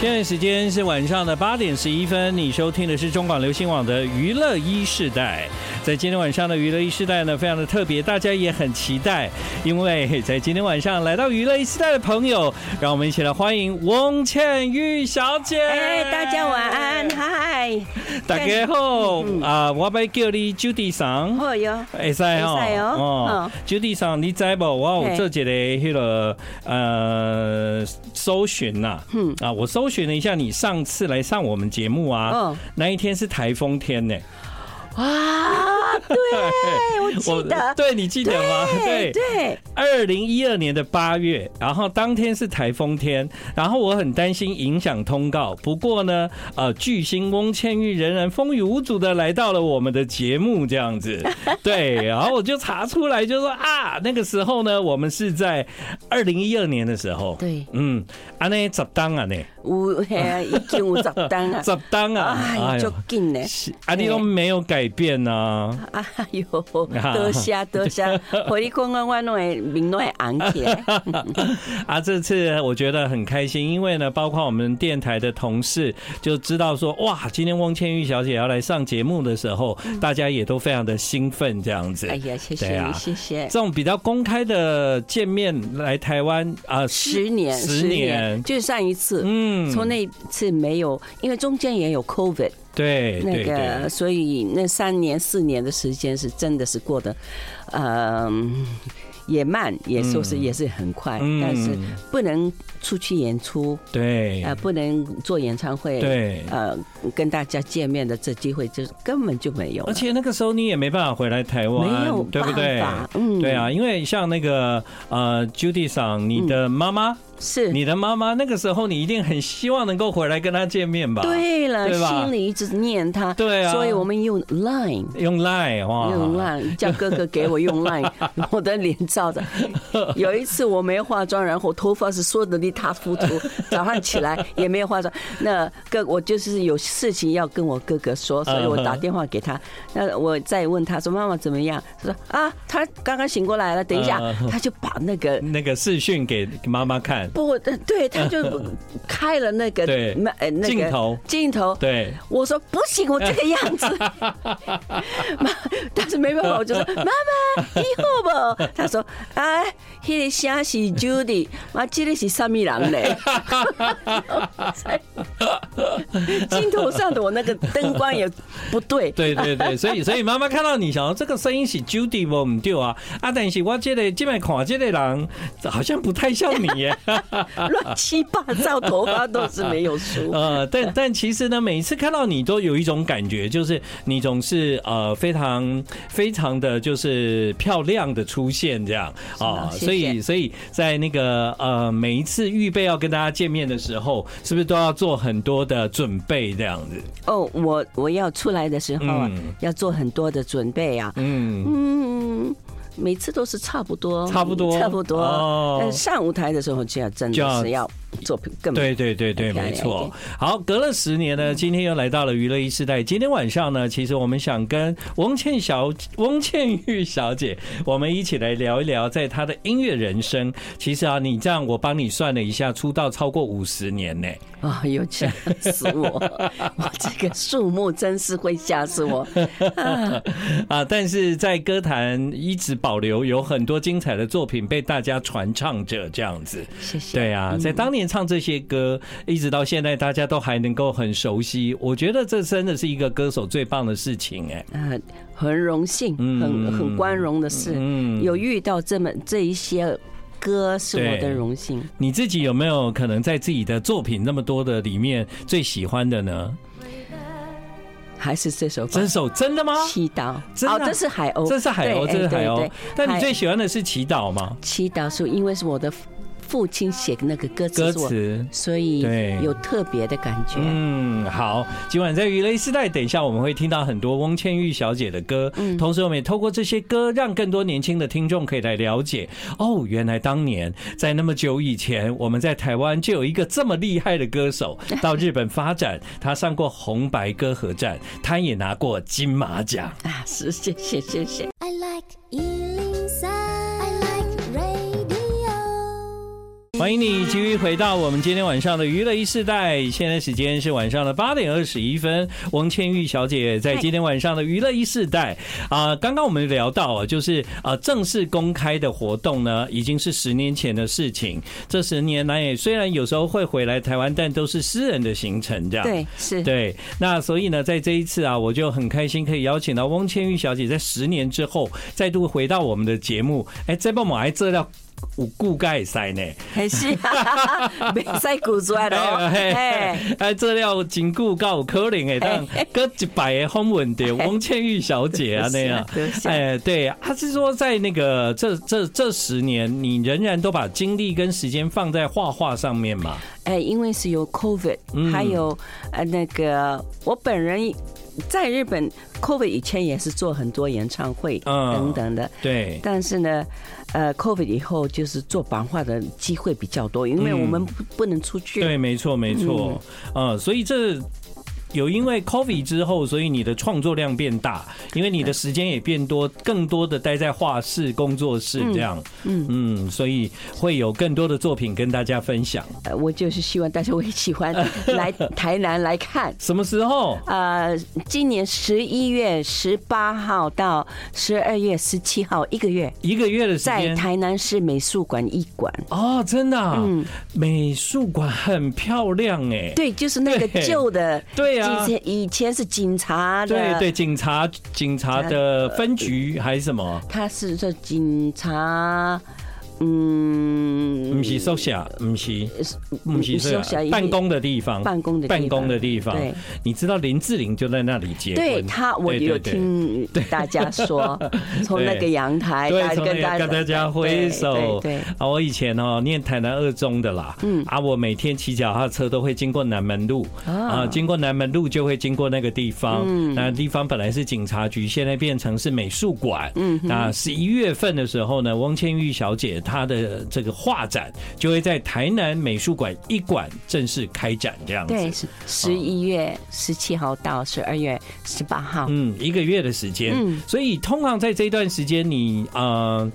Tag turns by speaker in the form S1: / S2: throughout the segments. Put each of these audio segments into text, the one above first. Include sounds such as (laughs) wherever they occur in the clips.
S1: 现在时间是晚上的八点十一分，你收听的是中广流行网的娱乐一世代。在今天晚上的娱乐一世代呢，非常的特别，大家也很期待，因为在今天晚上来到娱乐一世代的朋友，让我们一起来欢迎翁倩玉小姐。
S2: 哎，大家晚
S1: 哎
S2: 安，嗯嗨！
S1: 大家好啊，我要叫你 Judy 桑。
S2: 好哦哟，
S1: 会使
S2: 可以哦
S1: 哦
S2: 哦
S1: ，Judy 上你知无？我有做一个迄个呃搜寻呐，啊，我搜寻了一下你上次来上我们节目啊
S2: 嗯，
S1: 那一天是台风天呢，
S2: 哇，对，我记 (laughs) 得，
S1: 对你记得吗？
S2: 对对，
S1: 二零一二年的八月，然后当天是台风天，然后我很担心影响通告。不过呢，呃，巨星翁倩玉仍然风雨无阻的来到了我们的节目，这样
S2: (laughs)
S1: 子。对，然后我就查出来，就说啊，那个时候呢，我们是在二零一二年的时候。
S2: 对，
S1: 嗯，安尼十档啊呢，
S2: 有嘿啊，已经有十单啊，
S1: 十档啊，
S2: (laughs) 哎，足紧呢。
S1: 是啊，你都没有改变呐、啊。
S2: 哎呦，多
S1: (laughs)
S2: 谢多谢，回你讲讲，我拢会面拢会红
S1: (laughs)
S2: 起来。
S1: 啊，这次我觉得很开心，因为呢，包括我们电台的同事就知道说，哇，今天翁倩玉小姐要来上节目的时候，大家也都非常的兴奋，这样子
S2: 嗯哎。呀，谢
S1: 对
S2: 谢
S1: 啊
S2: 谢谢
S1: 这，种比较公开的见面来台湾啊，
S2: 十年
S1: 十年，
S2: 就是上一次，
S1: 嗯，
S2: 从那一次没有，因为中间也有 COVID。
S1: 对
S2: 那
S1: 对
S2: 个，
S1: 对，
S2: 所以那三年四年的时间是真的是过得，嗯，也慢，也说是也是很快，
S1: 嗯
S2: 但是不能出去演出，
S1: 对
S2: 呃，不能做演唱会，，
S1: 对。
S2: 呃，跟大家见面的这机会就根本就没有了，
S1: 而且那个时候你也没办法回来台湾，
S2: 没有
S1: 对不对
S2: 办？法嗯
S1: 对啊，因为像那个呃，Judy 桑，你
S2: 嗯
S1: 的妈妈、
S2: (laughs) 是
S1: 你的妈妈那个时候，你一定很希望能够回来跟她见面吧？，
S2: 对了，
S1: 啊对吧
S2: 心里一直念他，
S1: 对啊
S2: 所以我们用 Line。
S1: 用 Line 哇，
S2: 用 Line 叫哥哥给我用
S1: (laughs)
S2: Line，我的脸照着。有一次我没化妆，然后头发是缩得一塌糊涂，早上起来也没有化妆。那哥，我就是有事情要跟我哥哥
S1: 嗯
S2: 说，所以我打电话给他。那我再问他说妈妈怎么样？他说啊，他刚刚醒过来了，等一下
S1: 嗯，
S2: 他就把那个。
S1: 那个视讯给妈妈看，
S2: 不，呃对，他就开了那个
S1: 对
S2: 麦呃那个
S1: 镜头
S2: 镜头，
S1: 对，
S2: 我说不行，我这个样子，妈，但是没办法，我就说妈妈，你好不？他说啊，那个声是 Judy，妈，这个是什么人嘞？镜头上的我那个灯光也不对，
S1: 对对对，所以所以妈妈看到你，想到这个声音是 Judy 不唔对啊，啊，但是我这个这边看这个人好像不太像你耶，
S2: 乱七八糟，头发都是没有梳。
S1: (laughs) 呃，但但其实呢，每一次看到你都有一种感觉，就是你总是呃非常非常的就是漂亮的出现这样啊，
S2: 是的谢谢
S1: 所以所以在那个呃每一次预备要跟大家见面的时候，是不是都要做很多的准备这样子？
S2: 哦，我我要出来的时候啊
S1: 嗯，
S2: 要做很多的准备啊。
S1: 嗯。
S2: 嗯，每次都是差不多，
S1: 差不多
S2: 差不多。
S1: 哦
S2: 但是上舞台的时候就要真
S1: 就要
S2: 的是要做更
S1: 对对对对，
S2: 更漂亮
S1: 没
S2: 一
S1: 错
S2: 点。
S1: 好，隔了十年呢，今天又来到了娱乐一时代。今天晚上呢，其实我们想跟翁倩小翁倩玉小姐，我们一起来聊一聊，在她的音乐人生。其实啊，你这样我帮你算了一下，出道超过五十年呢、
S2: 啊，有吓死
S1: (laughs)
S2: 我！哇，这个数目真是会吓死我。
S1: 啊，但是在歌坛一直保留有很多精彩的作品被大家传唱着，这样子。
S2: 谢谢。
S1: 对啊，在当年唱这些歌，一直到现在，大家都还能够很熟悉。我觉得这真的是一个歌手最棒的事情、哎。
S2: 呃，很荣幸，很很光荣的事，
S1: 嗯
S2: 有遇到这么这一些歌是我的
S1: 对
S2: 荣幸。
S1: 你自己有没有可能在自己的作品那么多的里面最喜欢的呢？
S2: 还是这首歌
S1: 这首真的吗？
S2: 祈祷，
S1: 真的
S2: 哦，这是海鸥，
S1: 这是海鸥，
S2: 对
S1: 这是
S2: 哎
S1: 海
S2: 对
S1: 鸥
S2: 对。
S1: 但你
S2: 海
S1: 最喜欢的是祈祷吗？
S2: 祈祷是因为是我的父亲写的那个
S1: 歌
S2: 歌词，是我
S1: 词。
S2: 所以
S1: 对
S2: 有特别的感觉。
S1: 嗯，好，今晚在娱乐时代，等一下我们会听到很多翁倩玉小姐的歌，同时我们也透过这些歌，让更多年轻的听众可以来了解，哦，原来当年在那么久以前，我们在台湾就有一个这么厉害的歌手到日本发展，他上过红白歌合战，他也拿过金马奖。
S2: 啊，是谢谢谢谢。
S3: I like Ealing Sound. I like radio.
S1: 欢迎你继续回到我们今天晚上的娱乐一世代，现在时间是晚上的八点二十一分。王千玉小姐在今天晚上的娱乐一世代啊，刚刚我们聊到啊，就是啊正式公开的活动呢，已经是十年前的事情。这十年来也虽然有时候会回来台湾，但都是私人的行程这样。
S2: 对，是，
S1: 啊对，那所以呢，在这一次啊，我就很开心可以邀请到翁千玉小姐，在十年之后再度回到我们的节目。哎、这帮我还这料有顾盖塞呢，
S2: 还 (laughs) 是没使鼓出
S1: (laughs)
S2: 来的哦，哎，
S1: 哎，这料真久到有可能哎，但搁一百个访问的翁千玉小姐啊那样
S2: 留下留，下
S1: 哎，对，她是说在那个这这这十年，你仍然都把精力跟时间放在画画上面嘛？
S2: 哎，因为是有 COVID，、还
S1: 嗯
S2: 有呃那个我本人在日本 COVID 以前也是做很多演唱会
S1: 嗯
S2: 等等的，
S1: 对，
S2: 但是呢，呃，COVID 以后就是做版画的机会比较多，因为我们不不能出去。
S1: 嗯对，没错，没错，嗯，所以这。有因为 COVID 之后，所以你的创作量变大，因为你的时间也变多，更多的待在画室、工作室这样，嗯嗯，所以会有更多的作品跟大家分享。
S2: 呃，我就是希望大家会喜欢
S1: (laughs)
S2: 来台南来看。
S1: 什么时候？
S2: 呃，今年十一月十八号到十二月十七号，一个月，
S1: 一个月的时
S2: 在
S1: 间
S2: 台南市美术馆一馆。
S1: 哦，真的、啊，美术馆很漂亮哎、
S2: 对，就是那个
S1: 对
S2: 旧的，
S1: 对啊
S2: 以前以前是警察的，
S1: 对对，，警察警察的分局还是什么？
S2: 他是说警察，嗯
S1: 不，是宿舍，不是不
S2: 嗯不
S1: 是宿
S2: 宿舍
S1: 舍，
S2: 因为
S1: 办公的地方，
S2: 办公的地方
S1: 办公的地方
S2: 对。
S1: 你知道林志玲就在那里结婚，
S2: 对他，我
S1: 对对
S2: 有
S1: 对
S2: 听大家说，从那个阳
S1: (laughs)
S2: 台，
S1: 对，
S2: 大家
S1: 从那
S2: 跟大
S1: 个跟大家挥手。
S2: 对对对
S1: 啊，我以前哦念台南二中的啦，嗯，啊，我每天骑脚踏车都会经过南门路，啊，经过南门路就会经过那个地方，嗯，那地方本来是警察局，现在变成是美术馆，嗯，那十一月份的时候呢，翁千玉小姐她的这个画展就会在台南美术馆一馆正式开展这样子，
S2: 对，是
S1: 哦
S2: 十一月十七号到十二月十八号，
S1: 嗯，一个月的时间，
S2: 嗯
S1: 所以通常在这一段时间你，呃。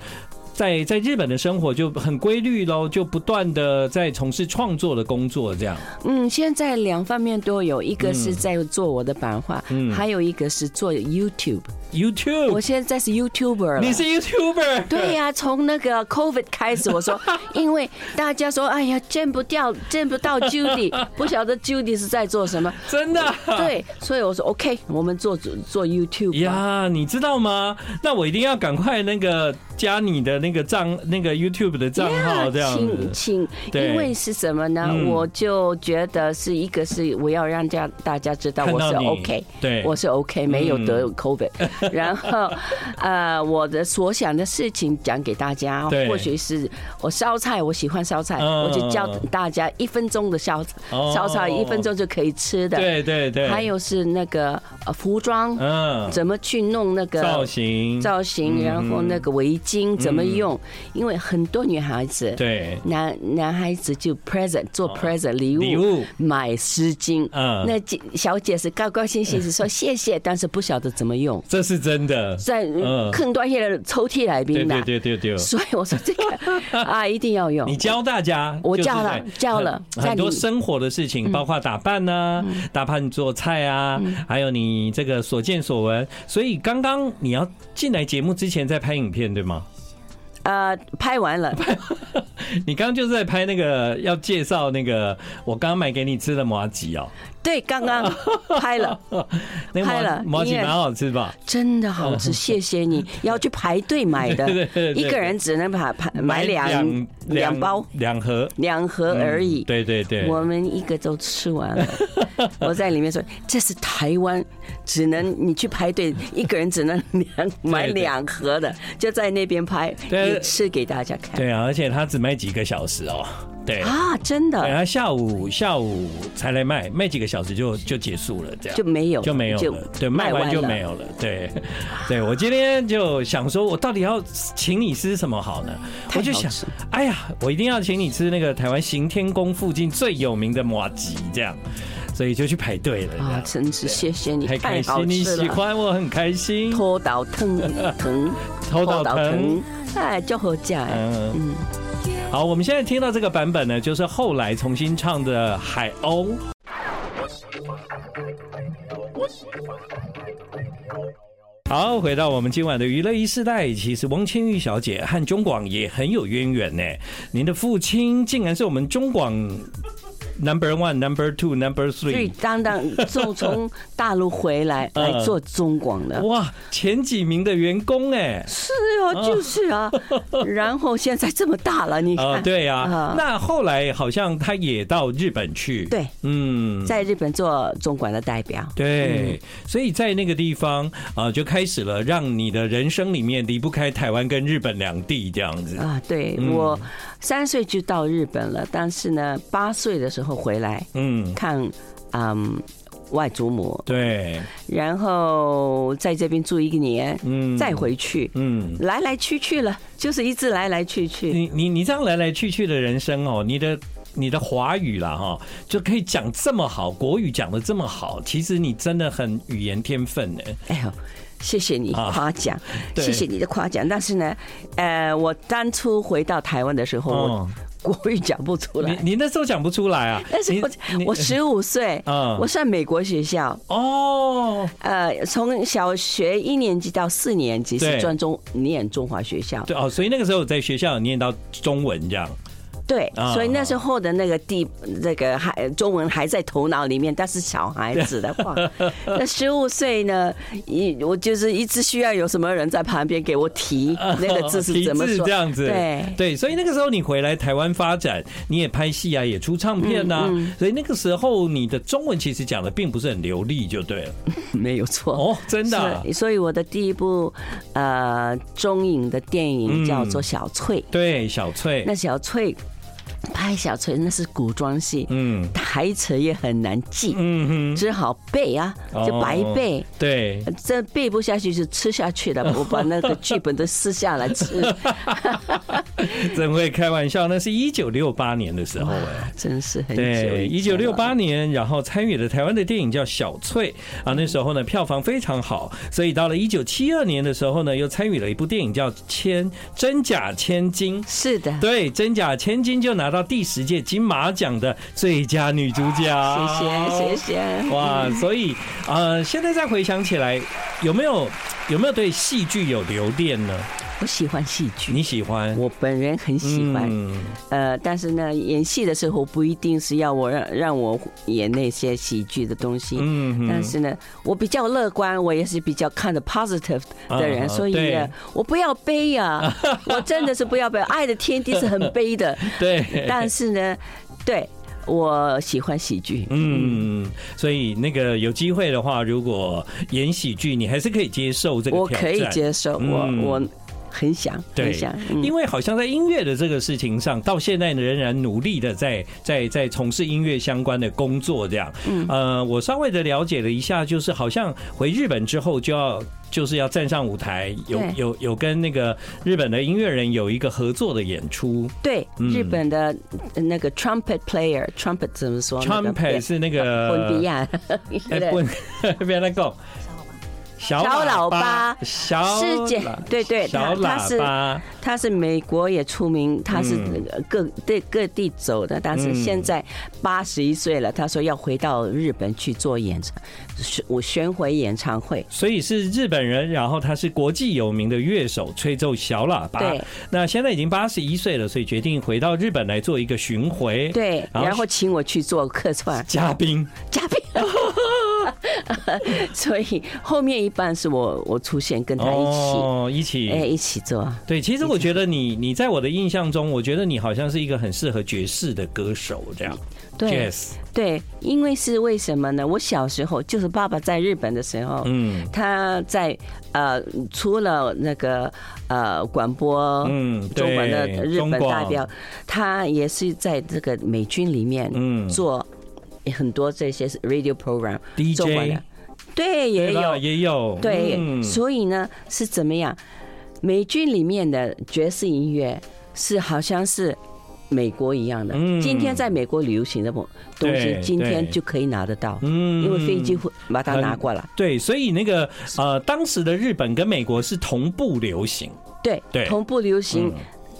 S1: 在在日本的生活就很规律喽，就不断的在从事创作的工作，这样。
S2: 嗯，现在两方面都有，一
S1: 嗯
S2: 个是在做我的版画，还有一个是做 YouTube。我
S1: YouTube，
S2: 现在是 YouTuber 了。
S1: 哦你是 YouTuber，
S2: 对呀、从那个 COVID 开始，
S1: (laughs)
S2: 我说，因为大家说，哎呀，见不掉，见不到 Judy，
S1: (laughs)
S2: 不晓得 Judy 是在做什么。
S1: 真的。
S2: 对，所以我说 OK，我们做做 YouTube 吧。
S1: 呀，你知道吗？那我一定要赶快那个加你的那个账，那个 YouTube 的账号，这样子
S2: 请。请，
S1: 对
S2: 因为是什么呢？
S1: 嗯
S2: 我就觉得是一个是我要让家大家知道
S1: 看
S2: 我
S1: 到
S2: 是
S1: 你
S2: OK，
S1: 对嗯
S2: 我是 OK，没有得 COVID。然 (laughs) 后，呃，我的所想的事情讲给大家，
S1: 对
S2: 或许是我烧菜，我喜欢烧菜，
S1: 嗯
S2: 我就教大家一分钟的烧
S1: 哦
S2: 烧菜，一分钟就可以吃的。
S1: 对对对。
S2: 还，有是那个呃服装，
S1: 嗯，
S2: 怎么去弄那个
S1: 造型，嗯
S2: 造型，然后那个围巾怎么用？因为很多女孩子，
S1: 对，
S2: 男男孩子就 present 做 present 礼物，
S1: 哦礼物
S2: 买丝巾。
S1: 嗯
S2: 那姐小姐是高高兴兴
S1: (laughs)
S2: 是说谢谢，但是不晓得怎么用，
S1: 这是真的。
S2: 在
S1: 嗯
S2: 坑端些的抽屉来
S1: 对
S2: 宾
S1: 对
S2: 的。
S1: 对对对。
S2: 所以我说这
S1: (laughs)
S2: 个啊，一定要用
S1: 你。教大家，
S2: 我
S1: 就是
S2: 教了
S1: 在
S2: 教了
S1: 很
S2: 在
S1: 很多
S2: 你嗯
S1: 生活的事情，包括打扮呐、打扮做菜啊，还有你这个所见所闻。所以刚刚你要进来节目之前在拍影片对吗？
S2: 呃，拍完了，
S1: 你刚刚就是在拍那个要介绍那个我刚刚买给你吃的麻吉哦，
S2: 对，
S1: (laughs)
S2: 刚刚拍了，
S1: 那个
S2: 拍了
S1: 麻麻吉
S2: 因为
S1: 蛮好吃吧？
S2: 真的好吃，谢谢你。要去排队买的
S1: 嗯 (laughs) 对对对，对
S2: 一个人只能把排买两两包
S1: 两盒嗯
S2: 两盒而已。
S1: 对对对，
S2: 我们一个都吃完
S1: (laughs)
S2: 了，我在里面说这是台湾，只能你去排队，一个人只能两买
S1: 对对
S2: 两盒的，就在那边排，
S1: 对
S2: 也吃给大家看
S1: 对啊，而且它只卖几个小时哦，对。
S2: 啊，真
S1: 对，
S2: 的
S1: 他哎下午下午才来卖，卖几个小时就就结束了，这样
S2: 就没有
S1: 就没有了，对，卖完就没。有了，对，对我今天就想说，我到底要请你吃什么好呢？我
S2: 太
S1: 就
S2: 好
S1: 想
S2: 吃，
S1: 哎呀，我一定要请你吃那个台湾行天宫附近最有名的麻吉，这样，所以就去排队了，
S2: 啊，
S1: 这
S2: 真是谢谢你，
S1: 样，太
S2: 太
S1: 开
S2: 好
S1: 心，你
S2: 吃
S1: 喜
S2: 了。
S1: 欢我很开心，
S2: 拖到疼疼，
S1: (laughs) 头脑疼，
S2: 哎，就好吃。
S1: 嗯。
S3: You
S1: 好，我们现在听到这个版本呢，就是后来重新唱的《海鸥》。好，回到我们今晚的娱乐一世代，其实翁千玉小姐和中广也很有渊源呢。您的父亲竟然是我们中广 number one、number two、number
S2: 所以
S1: three，
S2: 当当就从大陆回来
S1: 嗯
S2: 来做中广的，
S1: 哇，前几名的员工哎。
S2: 是啊，就是
S1: (laughs)
S2: 啊。然后现在这么大了，你
S1: 啊、
S2: 看，
S1: 对呀、
S2: 啊
S1: 那后来好像他也到日本去，，
S2: 对，
S1: 嗯，
S2: 在日本做中广的代表，嗯
S1: 对，所以在那个地方啊、就开始了，让你的人生里面离不开台湾跟日本两地这样子，
S2: 啊，对
S1: 嗯
S2: 我三岁就到日本了，但是呢，八岁的时候回来
S1: 嗯，
S2: 看，嗯，外祖母，
S1: 对，
S2: 然后在这边住一年，
S1: 嗯，
S2: 再，回去，
S1: 嗯。
S2: 来来去去了，就是一直来来去去。
S1: 你你你这样来来去去的人生哦，你的你的华语啦哈、就可以讲这么好，国语讲的这么好，其实你真的很语言天分呢。
S2: 哎呦，谢谢你
S1: 啊
S2: 夸奖，
S1: (laughs) 对
S2: 谢谢你的夸奖。但是呢，呃，我当初回到台湾的时候，我
S1: 哦，
S2: 国语讲不出来。
S1: 你你那时候讲不出来
S2: (laughs)
S1: 啊，
S2: 但是
S1: 你
S2: 我
S1: 你
S2: 我十五岁，
S1: 嗯
S2: 我上美国学校，
S1: 哦，
S2: 呃，从小学一年级到四年级
S1: 对
S2: 是专中念中华学校，
S1: 对哦，所以那个时候在学校有念到中文这样，
S2: 对
S1: 啊，
S2: 所以那时候的那个地，那个还中文还在头脑里面，但是小孩子的
S1: (laughs)
S2: 话，那十五岁呢，一我就是一直需要有什么人在旁边给我提那个字是怎么
S1: 啊 (laughs) 提字
S2: 说
S1: 这，样子，
S2: 对
S1: 对，所以那个时候你回来台湾发展，你也拍戏啊，也出唱片呐、
S2: 嗯
S1: 所以那个时候你的中文其实讲的并不是很流利，就对了。
S2: 没有错。
S1: 哦， (laughs) 真的啊、
S2: 是所以我的第一部呃中影的电
S1: 嗯
S2: 影叫做《小翠》，
S1: 对，小翠
S2: 那，小翠拍小翠那是古装戏，
S1: 嗯
S2: 台词也很难记，
S1: 嗯哼，
S2: 只好背啊，就白
S1: 哦
S2: 背。 (laughs)
S1: 对，
S2: 这背不下去就吃下
S1: (laughs)
S2: 去了，我把那个剧本都撕下来吃，
S1: 真会开玩笑。那是一九六八年的时候哎、
S2: 真是很久以前了。
S1: 对，一九六八年，然后参与了台湾的电影叫《小翠》啊，那时候呢票房非常好，所以到了一九七二年的时候呢，又参与了一部电影叫《千真假千金》。
S2: 是的， (laughs)
S1: 对，真假千金就拿到第十届金马奖的最佳女主角。
S2: 谢谢谢。谢。
S1: 哇，所以呃，现在再回想起来，有没有有没有对戏剧有留恋呢？
S2: 我喜欢戏剧，
S1: 你喜欢？
S2: 我本人很喜欢。
S1: 嗯
S2: 呃，但是呢，演戏的时候不一定是要我让让我演那些喜剧的东西。
S1: 嗯哼
S2: 但是呢，我比较乐观，我也是比较看的 positive 的人，
S1: 啊
S2: 所以呢
S1: 对，
S2: 我不要悲
S1: (laughs)
S2: 啊，我真的是不要悲，爱的天地是很悲的，
S1: 对，
S2: 但是呢，对我喜欢喜剧，
S1: 嗯，所以那个有机会的话，如果演喜剧，你还是可以接受这个
S2: 我
S1: 挑
S2: 可以
S1: 战。
S2: 接受，我
S1: 嗯
S2: 我很想很
S1: 对
S2: 想，，嗯
S1: 因为好像在音乐的这个事情上，到现在仍然努力的在在在从事音乐相关的工作，这样。
S2: 嗯
S1: 呃，我稍微的了解了一下，就是好像回日本之后就要就是要站上舞台，有
S2: 对
S1: 有有跟那个日本的音乐人有一个合作的演出。
S2: 对
S1: 嗯
S2: 日本的呃那个 trumpet player，trumpet 怎么说
S1: trumpet 是那
S2: 昆比
S1: 个
S2: (laughs) 亚，
S1: 哎，
S2: 对
S1: (laughs) 不，别来讲。小
S2: 小
S1: 喇
S2: 喇叭
S1: 小
S2: 是姐
S1: 喇
S2: 对对
S1: 小
S2: 他他
S1: 喇
S2: 是
S1: 叭，
S2: 他是美国也出名，他是各对各地走的，但是
S1: 嗯
S2: 现在八十一岁了，他说要回到日本去做演唱，巡我巡回演唱会，
S1: 所以是日本人，然后他是国际有名的乐手，吹奏小喇叭。
S2: 对，
S1: 那现在已经八十一岁了，所以决定回到日本来做一个巡回。，
S2: 对，
S1: 然后
S2: 然后请我去做客串， (laughs)
S1: 嘉宾
S2: 嘉宾，所以后面一半是我我出现跟他一起，
S1: 哦，一起。
S2: 哎，一起做。
S1: 对，其实我觉得你，你在我的印象中，我觉得你好像是一个很适合爵士的歌手，这样。
S2: 对
S1: Jazz，
S2: 对，因为是为什么呢？我小时候就是爸爸在日本的时候，
S1: 嗯
S2: 他在呃，除了那个呃广播，
S1: 嗯，
S2: 中文的
S1: 对，
S2: 日
S1: 中
S2: 本代
S1: 广
S2: 表，他也是在这个美军里面
S1: 嗯
S2: 做很多这些 radio program，
S1: DJ
S2: 中文的，对，也
S1: 对啦
S2: 有
S1: 也有，
S2: 对，
S1: 嗯
S2: 所以呢是怎么样？美剧里面的爵士音乐是好像是美国一样的，
S1: 嗯
S2: 今天在美国流行的东东西
S1: 对，
S2: 今天
S1: 对
S2: 就可以拿得到，
S1: 嗯
S2: 因为飞机会把它
S1: 很
S2: 拿过来。
S1: 对，所以那个呃，当时的日本跟美国是同步流行，
S2: 对，
S1: 对嗯
S2: 同步流行。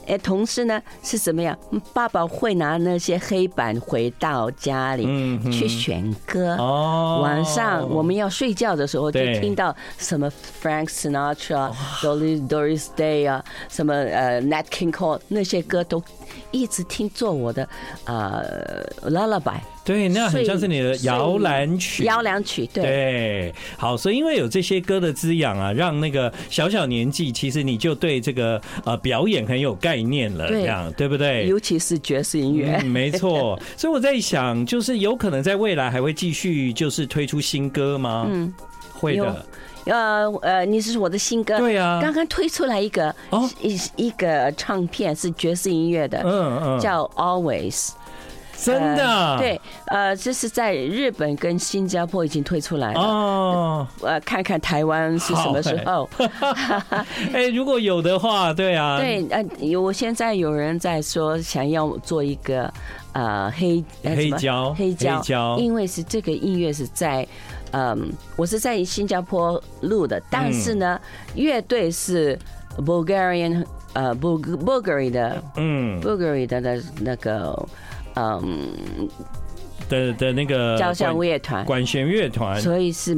S2: 哎，同事呢是怎么样？爸爸会拿那些黑板回到家里
S1: 嗯哼
S2: 去选歌。
S1: 哦，
S2: 晚上我们要睡觉的时候，就
S1: 对
S2: 听到什么 Frank Sinatra、Doris Doris Day 啊，什么呃 Nat King Cole 那些歌都一直听做我的呃 lullaby
S1: 对，那很
S2: 睡
S1: 像是你的摇篮曲。
S2: 摇篮曲，对
S1: 对，好，所以因为有这些歌的滋养啊，让那个小小年纪，其实你就对这个呃表演很有概念了，
S2: 对
S1: 这样对不对？
S2: 尤其是爵士音乐
S1: 嗯，。没错。所以我在想，就是有可能在未来还会继续就是推出新歌吗？嗯，会的。
S2: 呃呃，你是说我的新歌，
S1: 对啊
S2: 刚刚推出来一个
S1: 哦
S2: 一一个唱片是爵士音乐的，
S1: 嗯嗯，
S2: 叫 Always。
S1: 真的、啊
S2: 呃对，呃，这是在日本跟新加坡已经推出来了，
S1: 哦，
S2: (laughs) 呃，看看台湾是什么时候。
S1: 哎、如果有的话，对啊，
S2: 对，呃，有我现在有人在说想要做一个呃黑呃
S1: 黑
S2: 什么
S1: 胶
S2: 黑胶
S1: 黑胶
S2: 因为是这个音乐是在。嗯，我是在新加坡录的，但是呢，
S1: 嗯
S2: 乐队是 Bulgarian 呃 Bul Bulgari 的
S1: 嗯
S2: Bulgari 的的那个嗯
S1: 的的那个
S2: 交响
S1: 管
S2: 乐团，
S1: 管弦乐团，
S2: 所以是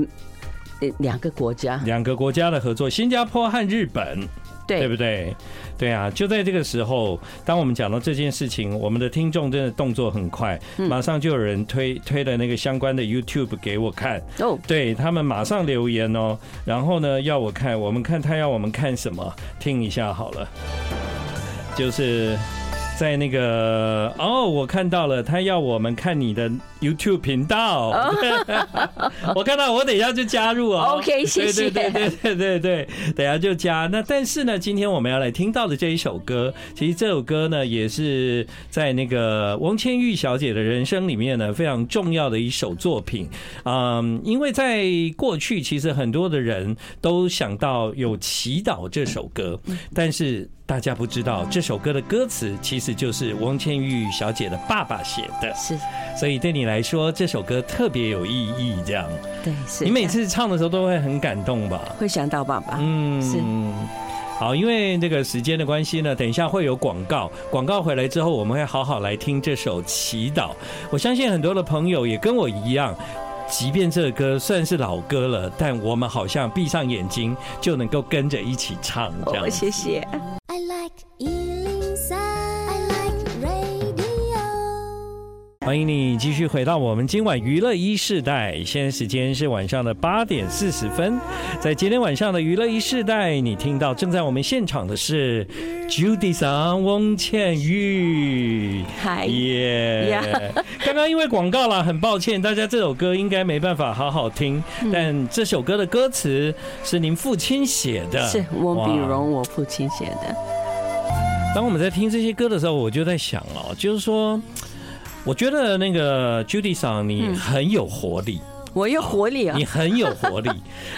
S2: 呃两个国家，
S1: 两个国家的合作，新加坡和日本。对
S2: 对
S1: 不对？对啊，就在这个时候，当我们讲到这件事情，我们的听众真的动作很快，
S2: 嗯
S1: 马上就有人推推了那个相关的 YouTube 给我看，
S2: 哦，
S1: 对他们马上留言哦，然后呢要我看，我们看他要我们看什么，听一下好了，就是。在那个哦，我看到了，他要我们看你的 YouTube 频道， (laughs) 我看到，我等一下就加入哦。
S2: 哦 OK，谢谢
S1: 对对对对对对，等一下就加。那但是呢，今天我们要来听到的这一首歌，其实这首歌呢也是在那个王千玉小姐的人生里面呢非常重要的一首作品。嗯，因为在过去，其实很多的人都想到有《祈祷》这首歌，但是大家不知道这首歌的歌词其实就是王千玉小姐的爸爸写的，
S2: 是，
S1: 所以对你来说这首歌特别有意义。这样，
S2: 对是。
S1: 你每次唱的时候都会很感动吧？
S2: 会想到爸爸，
S1: 嗯，
S2: 是。
S1: 好，因为这个时间的关系呢，等一下会有广告。广告回来之后，我们会好好来听这首《祈祷》。我相信很多的朋友也跟我一样，即便这个歌算是老歌了，但我们好像闭上眼睛就能够跟着一起唱这样
S2: 哦，
S1: 子。
S2: 谢谢。
S3: I like Ealing Sound. I like radio.
S1: 欢迎你继续回到我们今晚娱乐一世代，现在时间是晚上的八点四十分。在今天晚上的娱乐一世代，你听到正在我们现场的是 Judy 桑翁倩玉，
S2: 嗨
S1: 耶！刚刚因为广告啦，很抱歉，大家这首歌应该没办法好好听，但这首歌的歌词是您父亲写的，
S2: 是我比
S1: 哇
S2: 荣我父亲写的，
S1: 当我们在听这些歌的时候，我就在想哦，就是说，我觉得那个 Judy 桑你很有活力，
S2: 我有活力啊
S1: 你！很有活力，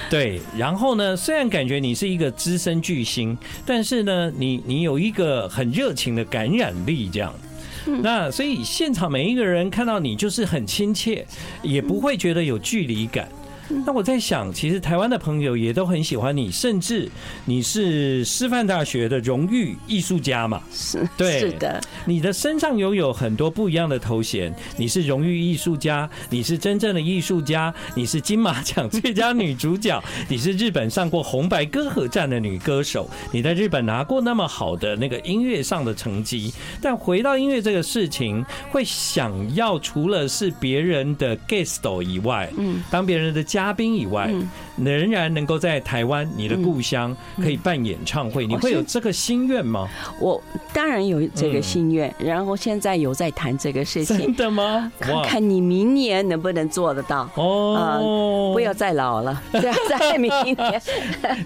S1: 对。然后呢，虽然感觉你是一个资深巨星，但是呢，你你有一个很热情的感染力，这样。那所以现场每一个人看到你就是很亲切，也不会觉得有距离感。那我在想，其实台湾的朋友也都很喜欢你，甚至你是师范大学的荣誉艺术家嘛？
S2: 是，
S1: (laughs) 对
S2: 是的，
S1: 你的身上拥有很多不一样的头衔，你是荣誉艺术家，你是真正的艺术家，你是金马奖最佳女主角， (laughs) 你是日本上过红白歌合战的女歌手，你在日本拿过那么好的那个音乐上的成绩。但回到音乐这个事情，会想要除了是别人的 guest 以外，嗯，当别人的嘉宾以外，
S2: 嗯
S1: 仍然能够在台湾你的故乡可以办演唱会，你
S2: 我
S1: 会有
S2: 是
S1: 这个心愿吗？
S2: 我当然有这个心愿，然后现在有在谈这个事
S1: 真 (laughs)
S2: 情，
S1: 的吗？
S2: 看看你明年能不能做得到。
S1: 哦，
S2: 呃不要再
S1: (laughs)
S2: 老了，不要再明年。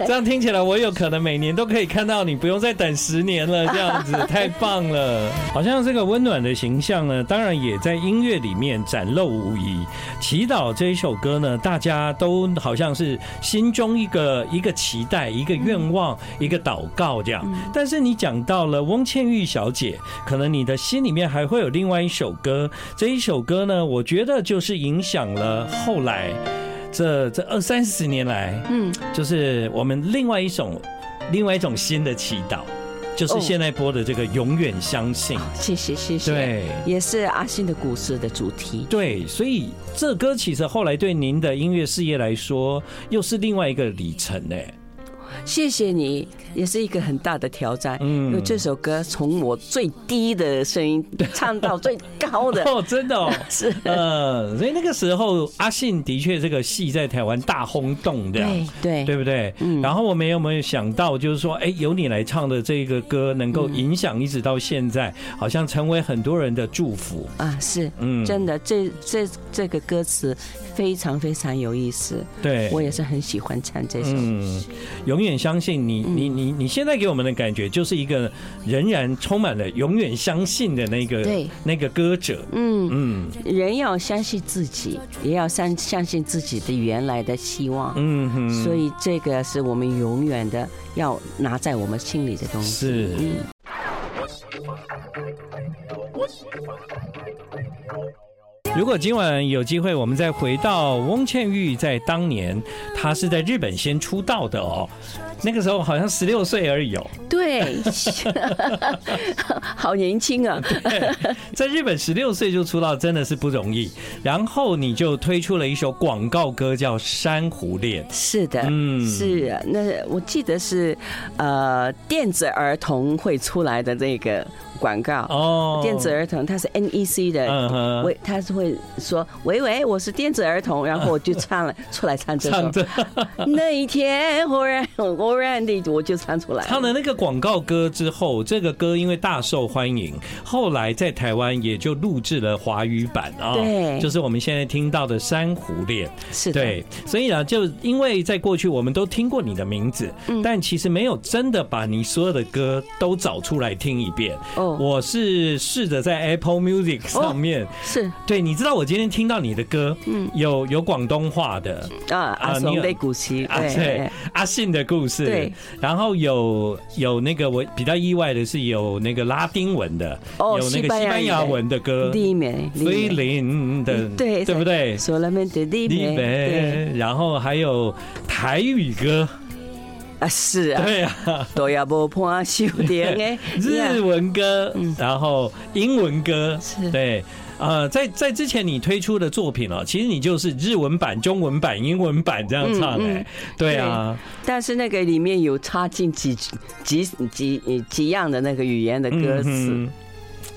S1: 这样听起来，我有可能每年都可以看到你，不用再等十年了，这样子太棒了。好像这个温暖的形象呢，当然也在音乐里面展露无遗。祈祷这一首歌呢，大家都好像是心中一个一个期待、一个愿望、一个祷告这样。但是你讲到了翁倩玉小姐，可能你的心里面还会有另外一首歌，这一首歌呢，我觉得就是影响了后来。这这二三十年来，
S2: 嗯，
S1: 就是我们另外一种另外一种新的祈祷。就是现在播的这个《永远相信》。
S2: 谢谢哦谢谢，
S1: 对
S2: 也是阿信的故事的主题。
S1: 对，所以这歌其实后来对您的音乐事业来说，又是另外一个里程欸呢。
S2: 谢谢你，也是一个很大的挑战，
S1: 嗯
S2: 因为这首歌从我最低的声音唱到最高的，
S1: (laughs) 哦，真的
S2: (laughs)
S1: 哦，
S2: 是
S1: 呃，所以那个时候阿信的确这个戏在台湾大轰动的。
S2: 对嗯对
S1: 对不啊对？然后我们有没有想到，就是说，哎，由你来唱的这个歌，能
S2: 嗯
S1: 够影响一直到现在，好像成为很多人的祝福。
S2: 啊，是，
S1: 嗯
S2: 真的，这这这个歌词非常非常有意思，
S1: 对，
S2: 我也是很喜欢唱这首。
S1: 嗯，永远相信你，
S2: 嗯
S1: 你你你现在给我们的感觉就是一个仍然充满了永远相信的那个
S2: 对
S1: 那个歌者。
S2: 嗯，
S1: 嗯
S2: 人要相信自己，也要相相信自己的原来的希望。
S1: 嗯哼，
S2: 所以这个是我们永远的要拿在我们心里的东西。嗯
S1: 是。如果今晚有机会，我们再回到翁倩玉，在当年她是在日本先出道的哦，那个时候好像十六岁而已
S2: (laughs)
S1: 哦，
S2: 对，好年轻啊！
S1: 在日本十六岁就出道真的是不容易。然后你就推出了一首广告歌叫《珊瑚恋》，
S2: 是的，
S1: 嗯
S2: 是啊那我记得是，呃，电子儿童会出来的那个广告。
S1: 哦，
S2: 电子儿童，它是 NEC 的，
S1: 嗯哼
S2: 喂，他是会说“喂喂，我是电子儿童”，然后我就唱
S1: (laughs)
S2: 了出来唱这首
S1: 唱。的
S2: 那一天，忽然忽然地，我就唱出来了。
S1: 唱了那个广告歌之后，这个歌因为大受欢迎，后来在台湾也就录制了华语版啊、
S2: 对
S1: 就是我们现在听到的《珊瑚恋》。
S2: 是的，
S1: 对，所以啊，就因为在过去我们都听过你的名字，
S2: 嗯
S1: 但其实没有真的把你所有的歌都找出来听一遍。
S2: 哦
S1: 我是试着在 Apple Music 上面，
S2: 是
S1: 对，你知道我今天听到你的歌，嗯，有有广东话的，
S2: 啊，阿
S1: 你
S2: 松
S1: 有
S2: 贝古奇，
S1: (laughs) 啊，对
S2: 对，，
S1: 阿信的故事，
S2: 对，
S1: 然后有有那个我比较意外的是有那个拉丁文的，
S2: 哦
S1: 有那个
S2: 西班
S1: 西
S2: 牙语的
S1: 班牙文的歌，
S2: 里面，
S1: 菲林的，
S2: 对
S1: 对不对？
S2: solamente
S1: 里
S2: dime，对
S1: 面，然后还有台语歌，
S2: 啊，是
S1: (laughs)
S2: 啊，
S1: 对啊，，
S2: 都要不破修点哎
S1: (laughs) 日文歌，然后英文歌
S2: 嗯是，
S1: 对。呃，在在之前你推出的作品哦，其实你就是日文版、中文版、英文版这样唱哎、
S2: 嗯
S1: 对啊，
S2: 但是那个里面有插进几几几几样的那个语言的歌词，
S1: 嗯哼
S2: 啊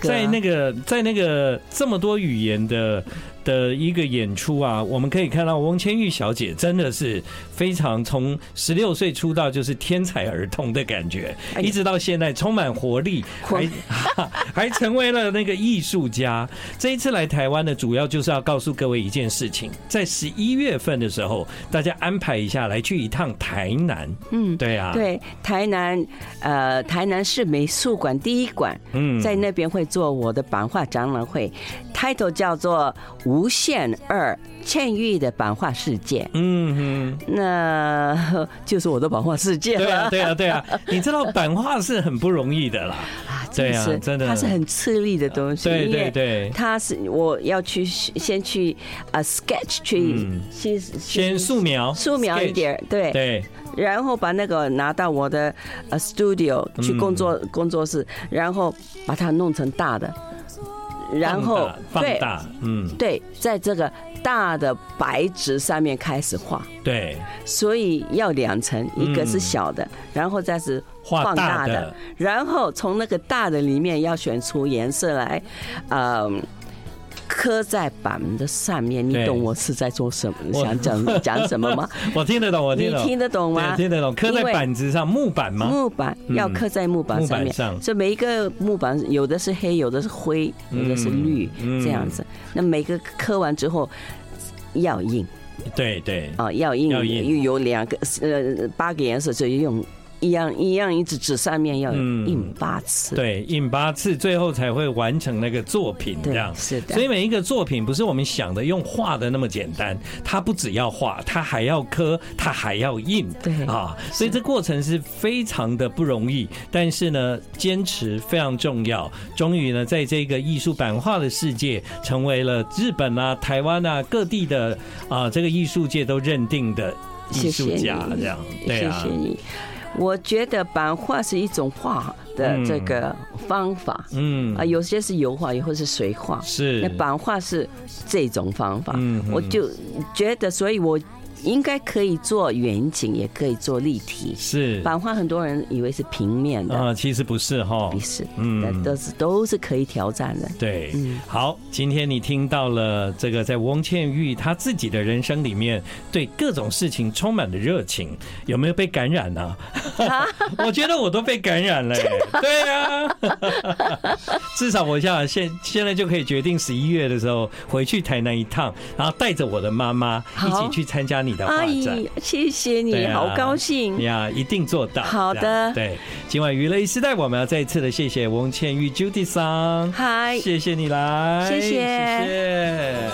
S1: 在那
S2: 个
S1: 个在那个这么多语言的的一个演出啊，我们可以看到翁千玉小姐真的是非常从十六岁出道就是天才儿童的感觉，
S2: 哎呀
S1: 一直到现在充满活力，
S2: 活
S1: 还还 (laughs) 成为了那个艺术家。这一次来台湾呢，主要就是要告诉各位一件事情，在十一月份的时候，大家安排一下来去一趟台南。
S2: 嗯
S1: 对啊，，
S2: 对台南呃台南市美术馆第一馆，
S1: 嗯
S2: 在那边会做我的版画展览会，title 叫做《无限二：倩玉的版画世界》，
S1: 嗯哼。
S2: 那就是我的版画世界
S1: 对啊，
S2: 了。 (laughs)
S1: 对啊，对啊，你知道版画是很不容易的啦。
S2: 啊
S1: 对啊
S2: 是
S1: 真的
S2: 它是很吃力的东西，
S1: 对
S2: 因为
S1: 对对，
S2: 它是我要去先去啊 sketch 去
S1: 嗯
S2: 先
S1: 先素描，
S2: 素描一
S1: sketch，
S2: 点儿，对，
S1: 对，
S2: 然后把那个拿到我的呃 studio 去工作
S1: 嗯
S2: 工作室，然后把它弄成大的，然后
S1: 放大放
S2: 对
S1: 大，嗯，
S2: 对，在这个大的白纸上面开始画，
S1: 对，
S2: 所以要两层，一个是小的，然后再是
S1: 嗯画
S2: 放
S1: 大
S2: 大
S1: 的
S2: 的，，然后从那个大的里面要选出颜色来，嗯。刻在板的上面，你
S1: 对
S2: 懂我是在做什么？
S1: 我
S2: 想讲讲什么吗？
S1: 我听得懂，我
S2: 你
S1: 听得
S2: 听
S1: 懂，
S2: 得懂吗
S1: 对，？听得懂，刻在
S2: 因为
S1: 板子上，木板吗？嗯
S2: 木板要刻在木板上
S1: 木板
S2: 面，
S1: 上
S2: 这每一个木板有的是黑，有的是灰，有的是绿，
S1: 嗯嗯
S2: 这样子。那每个刻完之后要印
S1: 对对，
S2: 啊、要印，
S1: 要印
S2: 有两个呃八个颜色，就用一样一样一纸纸上面要
S1: 嗯
S2: 印八次。
S1: 对，印八次，最后才会完成那个作品这
S2: 对
S1: 样。
S2: 是的
S1: 所以每一个作品不是我们想的用画的那么简单，它不只要画，它还要刻，它还要印。
S2: 对
S1: 啊，所以这过程是非常的不容易，但是呢，坚持非常重要。终于呢，在这个艺术版画的世界，成为了日本啊、台湾啊各地的啊这个艺术界都认定的艺
S2: 谢
S1: 术
S2: 谢你
S1: 家，这样对
S2: 谢
S1: 啊
S2: 谢。你。我觉得版画是一种画的这个方法，
S1: 嗯
S2: 啊，有些是油画，有些是水画，
S1: 是
S2: 那版画是这种方法，
S1: 嗯嗯
S2: 我就觉得，所以我应该可以做远景，也可以做立体。
S1: 是
S2: 版画很多人以为是平面的，
S1: 啊，其实不是哈
S2: 不。是，
S1: 嗯
S2: 嗯，都是都是可以挑战的。
S1: 对，
S2: 嗯
S1: 好，今天你听到了这个在翁倩玉她自己的人生里面，对各种事情充满了热情，有没有被感染呢、
S2: 啊
S1: (laughs) 我觉得我都被感染了、欸，对啊， (laughs) 至少我想现现在就可以决定十一月的时候回去台南一趟，然后带着我的妈妈一起
S2: 好
S1: 去参加你的画
S2: 阿
S1: 展。
S2: 姨，谢谢
S1: 对
S2: 你，
S1: 啊
S2: 好高兴。
S1: 呀一定做到。
S2: 好的
S1: 这样对，今晚娱乐一时代，我们要再一次的谢谢翁倩玉 Judy 桑，
S2: 嗨
S1: 谢谢你来，
S2: 谢谢
S1: 谢谢。